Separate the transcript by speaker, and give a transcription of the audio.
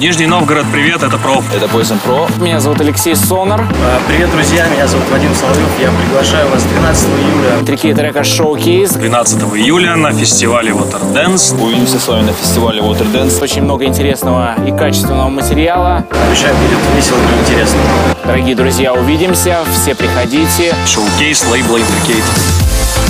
Speaker 1: Нижний Новгород, привет, это Проф.
Speaker 2: Это Poison Pro.
Speaker 3: Меня зовут Алексей Сонор.
Speaker 4: А, Привет, друзья, меня зовут Вадим Соловьев. Я приглашаю вас 13 июля.
Speaker 3: Три трека «Шоукейс».
Speaker 1: 12 июля на фестивале Water Dance.
Speaker 2: Увидимся с вами на фестивале Water Dance.
Speaker 3: Очень много интересного и качественного материала.
Speaker 4: Обещаю, будет весело и интересно.
Speaker 3: Дорогие друзья, увидимся. Все приходите.
Speaker 1: Шоукейс лейбла Imbricate.